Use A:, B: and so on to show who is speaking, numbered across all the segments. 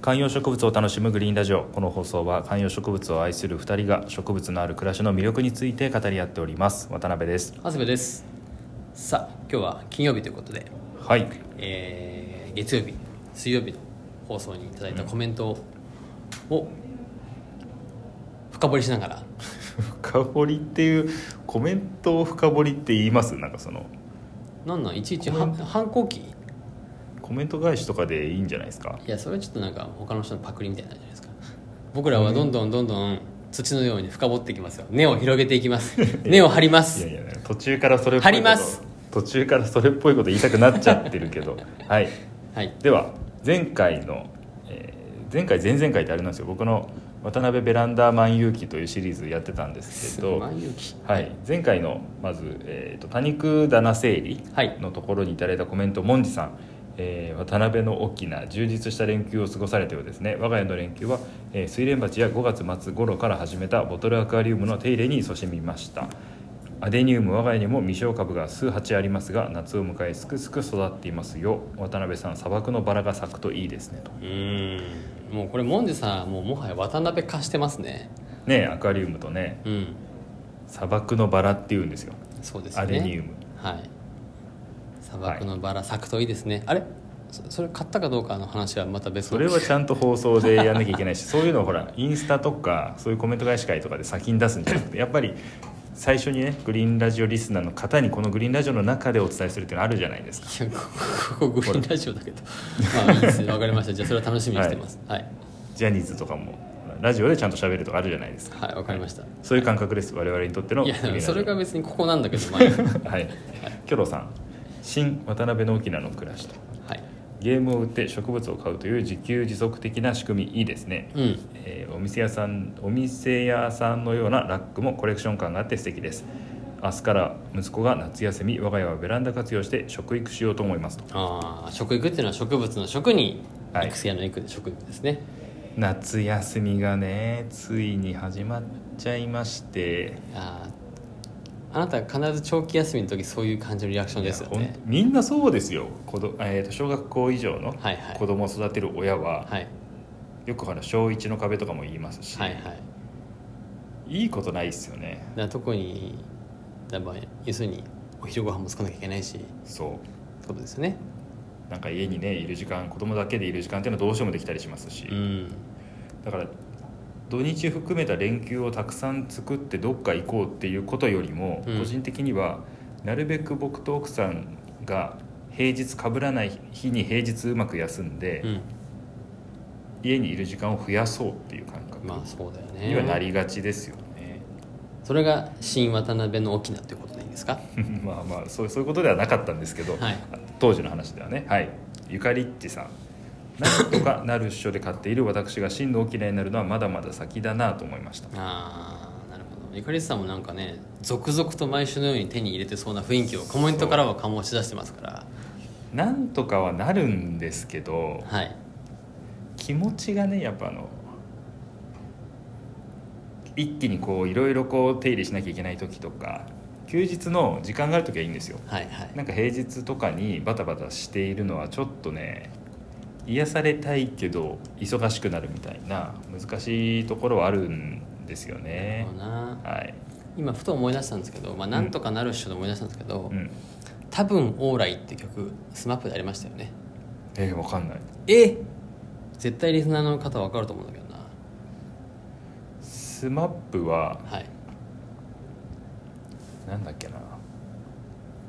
A: 観葉植物を楽しむグリーンラジオこの放送は観葉植物を愛する2人が植物のある暮らしの魅力について語り合っております渡辺です
B: 長谷部ですさあ今日は金曜日ということで、
A: はい
B: えー月曜日水曜日の放送にいただいたコメントを深掘りしながら
A: 深掘りっていうコメントを深掘りって言いますなんかその
B: なんなんいちいち
A: コメ
B: は
A: ン
B: 反抗期い
A: コメント返しとかでいいんじゃないですか
B: やそれはちょっとなんか他の人のパクリみたいになるじゃないですか僕らはどんどんどんどん土のように深掘っていきますよ根を広げていきます根を張り
A: い
B: ま
A: や
B: す
A: いや途中からそれっぽいこ
B: 貼り
A: と
B: ます
A: 途中からそれっぽいこと言いたくなっちゃってるけどはい
B: はい
A: では前回の、えー前回前々回ってあれなんですよ僕の渡辺ベランダ万有記というシリーズやってたんですけど、
B: 万有期
A: はい、前回のまず、えー、と多肉棚整理
B: はい
A: のところにいただいたコメントもんじさん、えー渡辺の大きな充実した連休を過ごされたようですね我が家の連休は、えー、水蓮鉢や5月末頃から始めたボトルアクアリウムの手入れに勤しみましたアデニウム我が家にも未生株が数鉢ありますが夏を迎えすくすく育っていますよ渡辺さん砂漠のバラが咲くといいですねと
B: うーんもうこれもんじさんもうもはや渡辺化してますね
A: ねえアクアリウムとね
B: うん
A: 砂漠のバラっていうんですよ
B: そうですよ
A: ア
B: ね
A: デニウム
B: はい砂漠のバラ咲くといいですね、あれそそれ買ったかどうかの話はまた別
A: そ
B: の
A: れはちゃんと放送でやんなきゃいけないしそういうのをほらインスタとかそういうコメント返し会とかで先に出すんじゃなくてやっぱり最初にねグリーンラジオリスナーの方にこのグリーンラジオの中でお伝えするっていうのあるじゃないですか
B: いやここここグリーンラジオだけどまあいいです ねわかりましたじゃあそれは楽しみにしてますはい
A: ジャニーズとかもラジオでちゃんと喋るとかあるじゃないですか
B: はいわ、かりました
A: そういう感覚です我々にとってのグ
B: い
A: リーンラ
B: や
A: ジオ
B: それが別にここなんだけどま あいいはい
A: はいキョロさん新渡辺の沖縄の暮らしとゲームを売って植物を買うという自給自足的な仕組みいいですね
B: うん
A: えーお店屋さんお店屋さんのようなラックもコレクション感があって素敵です明日から息子が夏休み我が家はベランダ活用して食育しようと思いますと
B: ああ食育っていうのは植物の食に
A: はい
B: 育成の育で食育ですね、
A: 夏休みがねついに始まっちゃいまして
B: あああなたは必ず長期休みの時そういう感じのリアクションですよ
A: いや
B: ね
A: ほんみんなそうですよ子ど、えーと小学校以上の
B: はいはい
A: 子供を育てる親は、
B: はい
A: よくほら小1の壁とかも言いますし、
B: はいはい
A: いいことないですよね
B: だから特にだからまあ要するにお昼ご飯も作らなきゃいけないしって
A: そう
B: ことですよね
A: なんか家にねいる時間子供だけでいる時間っていうのはどうしてもできたりしますし、
B: うん
A: だから土日含めた連休をたくさん作ってどっか行こうっていうことよりも、
B: うん
A: 個人的にはなるべく僕と奥さんが平日かぶらない日に平日うまく休んで、
B: うん
A: 家にいる時間を増やそうっていう感覚
B: まあそうだよね
A: にはなりがちですよね。
B: それが新渡辺の沖縄ということでいいですか
A: まあまあそうそういうことではなかったんですけど、
B: はい
A: 当時の話ではね、はい、ゆかりっちさん「なんとかなるっしょ」で買っている私が真の沖縄になるのはまだまだ先だなと思いました。
B: ああなるほどゆかりさんもなんかね続々と毎週のように手に入れてそうな雰囲気をコメントからは醸し出してますから
A: なんとかはなるんですけど
B: はい
A: 気持ちがねやっぱあの一気にこういろいろこう手入れしなきゃいけない時とか休日の時間がある時はいいんですよ
B: はいはい
A: なんか平日とかにバタバタしているのはちょっとね癒されたいけど忙しくなるみたいな難しいところはあるんですよね
B: そうだな
A: はい、
B: 今ふと思い出したんですけど「まあ、なんとかなるっしょ」で思い出したんですけど「
A: うん、
B: 多分オーライ」って曲スマップでありましたよね
A: えー、わかんない
B: え絶対リスナーの方は分かると思うんだけどな
A: スマップは
B: はい
A: なんだっけな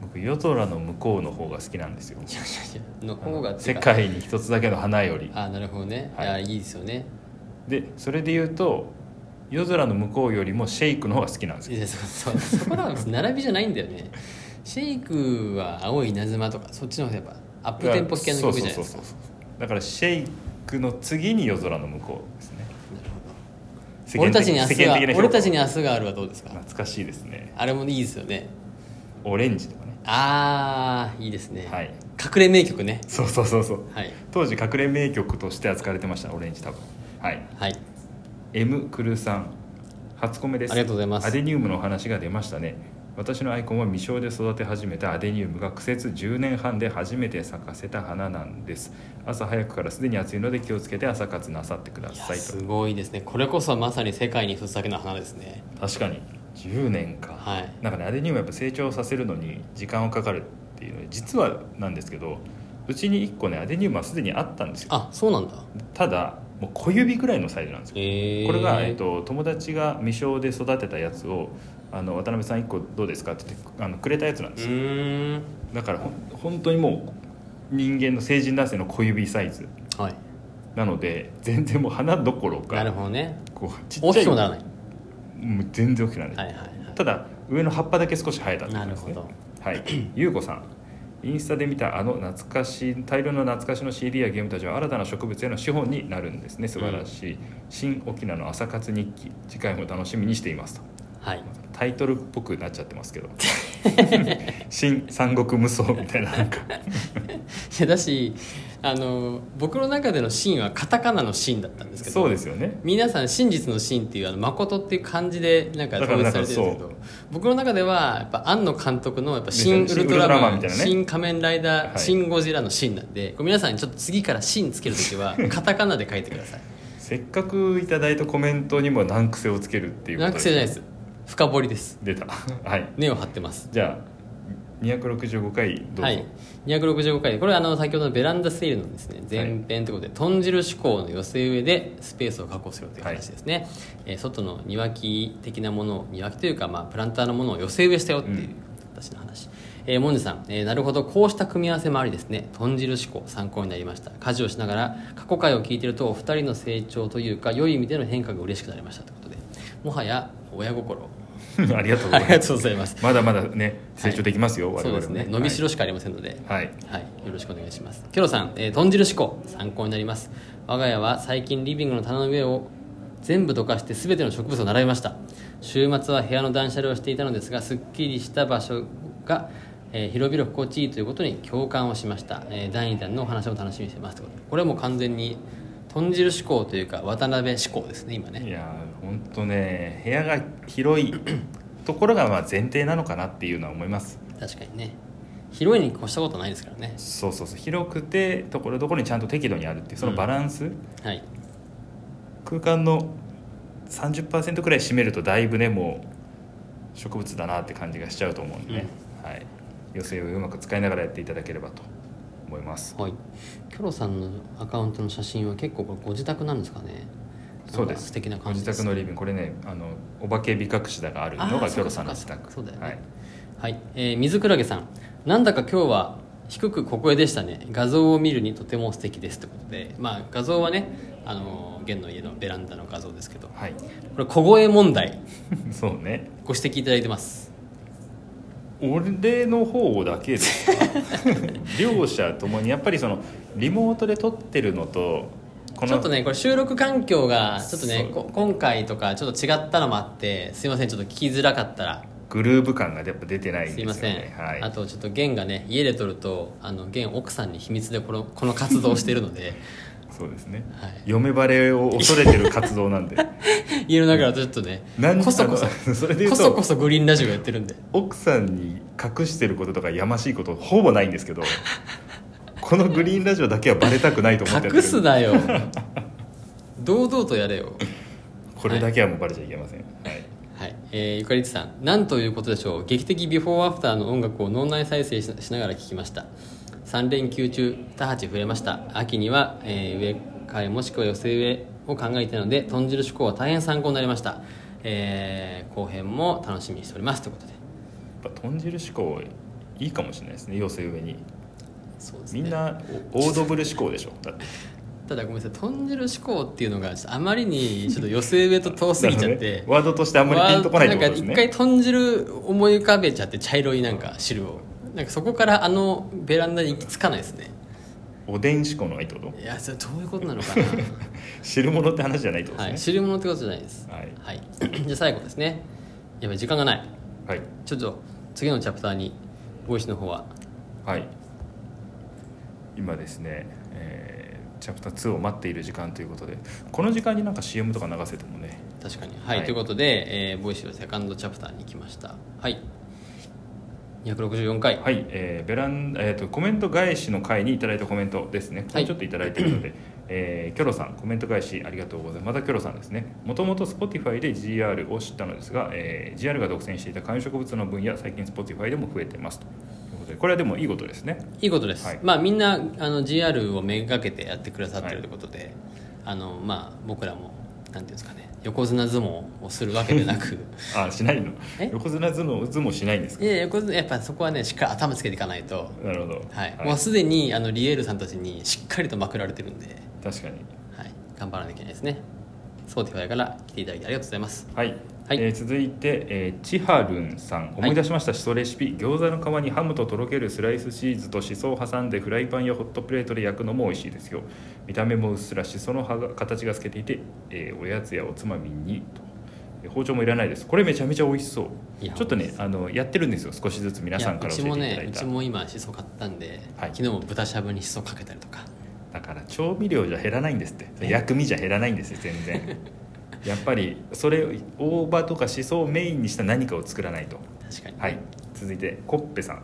A: 僕夜空の向こうの方が好きなんですよ
B: いやいやいやの方が
A: 世界に一つだけの花より
B: あなるほどね、
A: はい
B: い、やいいですよね
A: でそれで言うと夜空の向こうよりもシェイクの方が好きなんです
B: い
A: よ
B: やそうそうそこらは並びじゃないんだよねシェイクは青い稲妻とかそっちの方がやっぱアップテンポ系の曲じゃないです
A: そ
B: か
A: うそうそうそうだからシェイクの次に夜空の向こうですね
B: なるほ
A: 世間
B: ど俺
A: 的
B: たちに明日
A: 世間
B: が
A: 的な評価
B: 俺たちに明日があるはどうですか
A: 懐かしいですね
B: あれもいいですよね
A: オレンジとかね
B: ああいいですね、
A: はい
B: 隠れ名曲ね
A: そうそうそうそう
B: はい
A: 当時隠れ名曲として扱われてましたオレンジ多分はい
B: はい
A: M クルさん初コメです
B: ありがとうございます
A: アデニウムのお話が出ましたね私のアイコンは未生で育て始めたアデニウムが苦節10年半で初めて咲かせた花なんです朝早くからすでに暑いので気をつけて朝活なさってくだ
B: い
A: さ
B: や
A: い
B: す
A: と
B: ごいですねこれこそまさに世界に一つだけの花ですね
A: 確かに10年か、
B: はい
A: なんかねアデニウムはやっぱ成長させるのに時間をかかるっていうので実はなんですけどうちに1個ねアデニウムはすでにあったんですよ
B: あそうなんだ
A: ただもう小指ぐらいのサイズなんですよ
B: えー、
A: これが、えっと、友達が未生で育てたやつをあの渡辺さん1個どうですかって言ってあのくれたやつなん
B: う
A: ですよ
B: ーん
A: だからほん本当にもう人間の成人男性の小指サイズ
B: はい
A: なので全然もう花どころ
B: なる
A: か
B: ほどね
A: こうちっちゃい
B: 大きくもならない
A: もう全然大きくならな、
B: はいいはいはい
A: ただ上の葉っぱだけ少し生えたってことですね
B: なるほ
A: はい優子さんインスタで見たあの懐かしい大量の懐かしの CD やゲームたちは新たな植物への資本になるんですね素晴らしい、新沖縄の朝活日記次回も楽しみにしていますと
B: はい
A: タイトルっぽくなっちゃってますけど 新三国無双みたいななんか
B: いやだしあの僕の中での「真」はカタカナの「真」だったんですけど
A: そうですよね
B: 皆さん真実の真っていうあの誠っていう漢字でなんか
A: だから
B: 統
A: なんか
B: 一されてるんですけど僕の中ではやっぱ庵野監督のやっぱ新ウルトラ
A: ウルトラマ
B: マ
A: ンみ
B: ン
A: たいなね
B: 新仮面ライダー、
A: はい
B: 新ゴジラの真なんでこれ皆さんちょっと次から真つけるときはカタカナで書いてください
A: せ っかくいただいたコメントにも難癖をつけるっていうこと
B: なくせじゃないです深掘りです
A: 出た はい
B: 根を張ってます
A: じゃあ265回どうぞ、
B: はい、265回これはあの先ほどのベランダセールのですね前編ということで、豚汁志向の寄せ植えでスペースを確保するという話ですね、えー外の庭木的なものを庭木というか、まあ、プランターのものを寄せ植えしたよっていう私の話、えー、モンジさん、えーなるほどこうした組み合わせもありですね豚汁志向参考になりました家事をしながら過去回を聞いてるとお二人の成長というか良い意味での変化が嬉しくなりましたということでもはや親心
A: ありがとうござ
B: あ
A: い
B: り
A: ま
B: が
A: す
B: とうございます
A: まだまだね成長できますよ、
B: そ
A: 我々
B: う
A: も
B: ですね伸びしろしかありませんので、
A: はい、はい
B: はい、よろしくお願いします。ケロさん、えー、豚汁志向参考になります。我が家は最近リビングの棚の上を全部どかして全ての植物を並べました。週末は部屋の断捨離をしていたのですが、すっきりした場所が、えー広々心地いいということに共感をしました。えー第2弾のお話を楽しみにしていますということで。これはもう完全に豚汁志向というか渡辺志向ですね、今ね。
A: いや本当ね部屋が広いところがまあ前提なのかなっていうのは思います
B: 確かにね。広いに越したことないですからね。
A: そうそうそう広くてところどころにちゃんと適度にあるっていうそのバランス、
B: はい。
A: 空間の30%くらい占めるとだいぶねもう植物だなって感じがしちゃうと思うんでね、はい、寄せをうまく使いながらやっていただければと思います
B: はい、キョロさんのアカウントの写真は結構これご自宅なんですかね
A: そうで
B: なんか
A: す
B: 素敵な感じ
A: ご
B: で
A: 自
B: す
A: 宅のリビングこれねあのお化け美隠しだがあるの
B: あ
A: が
B: ー
A: キョロさんの自宅
B: そうかそうかそうだ
A: は
B: よ
A: い
B: ね、はい、えー水クラゲさんなんだか今日は低く小声でしたね画像を見るにとても素敵ですということでまあ画像はねあのー現の家のベランダの画像ですけどこ
A: はい、
B: れ小声問題
A: そうね
B: ご指摘いただいてます
A: 俺の方だけですか 両者ともにやっぱりそのリモートで撮ってるのとこの
B: ちょっとねこれ収録環境がちょっとね
A: そう
B: こ今回とかちょっと違ったのもあってすいませんちょっと聞きづらかったら
A: グルーヴ感がやっぱ出てないん
B: すい
A: で
B: ます
A: よ
B: せん、
A: ねはい
B: あとちょっと源がね家で撮るとあの源奥さんに秘密でこの この活動をしているので
A: そうですね、
B: はい
A: 嫁バレを恐れてる活動 なんで
B: 家の中だとちょっとね
A: 何
B: こそこそ
A: あの それで言
B: こ
A: う
B: そことそグリーンラジオやってるんで
A: 奥さんに隠してることとかやましいことほぼないんですけどこのグリーンラジオだけはバレたくないと思ってやってる
B: 隠すなよ堂々とやれよ
A: これだけはもうバレちゃいけません、はい
B: はい、えーゆかりつさんなんということでしょう劇的ビフォーアフターの音楽を脳内再生ししながら聴きました3連休中田八触れました秋には、えー植え替えもしくは寄せ植えを考えているので豚汁志向は大変参考になりました、えー後編も楽しみにしておりますということで
A: やっぱ豚汁志向いいかもしれないですね寄せ上に
B: そうですね
A: みんなおオードブル志向でしょだって
B: ただごめんなさい豚汁志向っていうのがちょっとあまりにちょっと寄せ植えと遠すぎちゃっ
A: なる
B: て
A: ほどねワードとしてあんまりピンとこないってことです
B: わ
A: ね
B: なんか一回豚汁思い浮かべちゃって茶色いなんか汁をなんかそこからあのベランダに行き着かないですね
A: おでん志向のがいいって こと
B: いやそれどういうことなのかな、
A: 汁物って話じゃないってこと
B: はい、
A: です
B: 汁物ってことじゃないです
A: はい、
B: じゃあ最後ですねやばい時間がない
A: ねはい
B: ちょっと次のチャプターにボイスの方は
A: はい今ですね、えーチャプター2を待っている時間ということでこの時間になんか CM とか流せてもね
B: 確かにはい、
A: はい
B: ということで、えーボイスのセカンドチャプターに来ましたはい264回、
A: はい、えーベランえー、とコメント返しの回にいただいたコメントですね、こ
B: は
A: れ
B: い
A: ちょっといただいているので、 えーキョロさん、コメント返しありがとうございます、またキョロさんですね、もともと Spotify で GR を知ったのですが、えー GR が独占していた観葉植物の分野、最近 Spotify でも増えてますということで、これはでもいいことですね。
B: いいことです、
A: はい
B: まあみんなあの GR をめがけてやってくださってるということで、あのまあ僕らもなんていうんですかね横綱相撲をするわけでな く
A: あしないの
B: え
A: 横綱相撲相撲しないんです
B: い
A: か
B: やいや横綱やっぱそこはねしっかり頭つけていかないと、
A: なるほど、
B: はいもうすでにあのリエールさんたちにしっかりとまくられてるんで、
A: 確かに
B: はい、頑張らなきゃいけないですねスポーティファイから来ていただきありがとうございます
A: はい、
B: はい
A: えー続いて、えー、ちはるんさん思い出しましたしそレシピ、餃子の皮にハムととろけるスライスチーズとしそを挟んでフライパンやホットプレートで焼くのも美味しいですよ見た目もうっすらしその葉が形が透けていて、えーおやつやおつまみにとえー包丁もいらないですこれめちゃめちゃ美味しそう
B: いや
A: ちょっとねあのやってるんですよ少しずつ皆さんから
B: い
A: 教
B: やうち
A: えていただ
B: もね
A: いうた、
B: ちも今しそ買ったんで、
A: はい
B: 昨日も豚しゃぶにしそかけたりとか
A: だから調味料じゃ減らないんですって
B: え
A: 薬味じゃ減らないんですよ全 然やっぱりそれ大葉とかしそをメインにした何かを作らないと
B: 確かに、
A: はい、続いてコッペさん、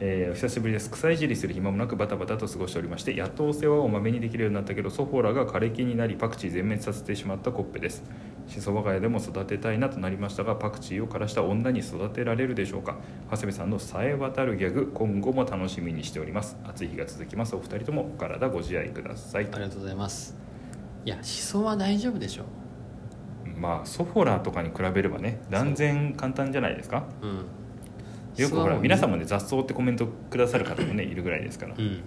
A: えーお久しぶりです草いじりする暇もなくバタバタと過ごしておりましてやっとお世話をまめにできるようになったけど祖父らが枯れ木になりパクチー全滅させてしまったコッペですしそ我が家でも育てたいなとなりましたがパクチーを枯らした女に育てられるでしょうか長谷部さんのさえ渡るギャグ今後も楽しみにしております暑い日が続きますお二人ともお体ご自愛ください
B: ありがとうございますいやしそは大丈夫でしょ
A: まあソフォラとかに比べればね断然簡単じゃないですか
B: う、うん、
A: よくほら皆さん
B: も、
A: もね雑草ってコメントくださる方もねいるぐらいですから
B: うん、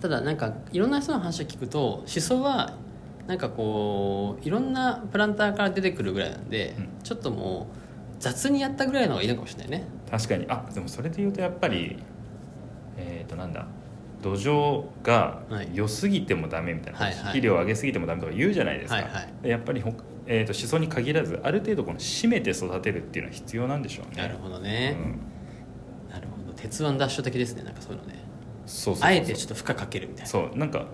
B: ただなんかいろんな人の話を聞くとしそはなんかこういろんなプランターから出てくるぐらいなんで、
A: うん
B: ちょっともう雑にやったぐらいの方がいいのかもしれないね
A: 確かにあでもそれで言うとやっぱりえっ、となんだ土壌が
B: はい
A: 良すぎてもダメみたいな、
B: はいはい
A: 肥料を上げすぎてもダメとか言うじゃないですか、
B: はいはい
A: でやっぱりほ、えー、と思想に限らずある程度この締めて育てるっていうのは必要なんでしょうね
B: なるほどね、
A: うん
B: なるほど鉄腕ダッシュ的ですねなんかそういうのね
A: そうそうそう
B: あえてちょっと負荷かけるみたいな
A: そうなんか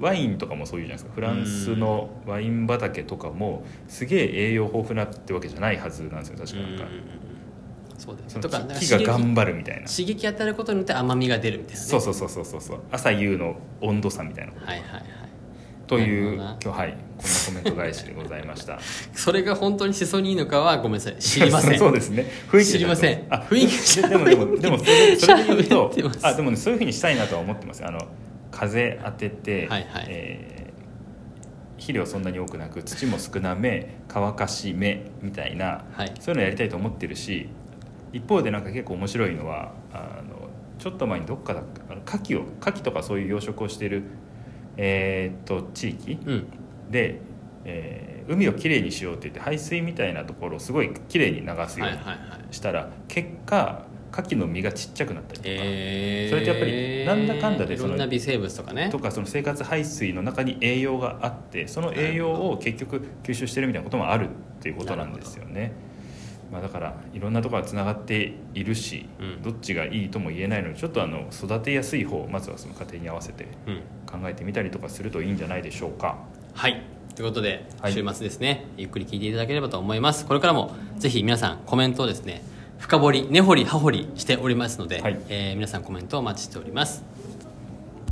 A: ワインとかもそういうじゃないですかフランスのワイン畑とかもすげえ栄養豊富なってわけじゃないはずなんですよ確か
B: う
A: な
B: ん
A: んか、
B: そうだよ
A: そ
B: とか
A: の
B: なんか
A: 木が
B: 刺激
A: 頑張るみたいな
B: 刺激当たることによって甘みが出るみたいな、ね、
A: そうそうそうそうそうそう朝夕の温度差みたいなこと
B: はいはいはい
A: という
B: な
A: 今
B: るほど
A: 日はいこんなコメント返しでございました
B: それが本当にしそにいいのかはごめんなさい知りませ ん
A: そうですね雰囲気
B: 知りません
A: あ
B: 雰囲気
A: ででもでもでもそれ それで言うと
B: 喋ってます
A: あでもねそういうふうにしたいなとは思ってますあの風当てて、
B: はいはい
A: えー肥料そんなに多くなく土も少なめ乾かしめみたいな、
B: はい
A: そういうのやりたいと思ってるし一方でなんか結構面白いのはあのちょっと前にどっかだあの牡蠣を牡蠣とかそういう養殖をしている、えーっと地域、
B: うん
A: で、えー海をきれいにしようって言って排水みたいなところをすごいきれいに流すよ
B: は
A: うに
B: いはいはい
A: したら、結果牡蠣の身がちっちゃくなったりとか、
B: えー、
A: それってやっぱりなんだかんだで
B: い
A: その
B: ろんな微生物とかね
A: とかその生活排水の中に栄養があってその栄養を結局吸収してるみたいなこともあるっていうことなんですよね。まあ、だからいろんなところがつながっているし、
B: うん
A: どっちがいいとも言えないのでちょっとあの育てやすい方をまずはその家庭に合わせて
B: うん
A: 考えてみたりとかするといいんじゃないでしょうか。
B: はいということで
A: はい
B: 週末ですね、ゆっくり聞いていただければと思いますこれからもぜひ皆さんコメントをですね深掘り根掘り葉掘りしておりますので、
A: はい
B: えー皆さんコメントをお待ちしております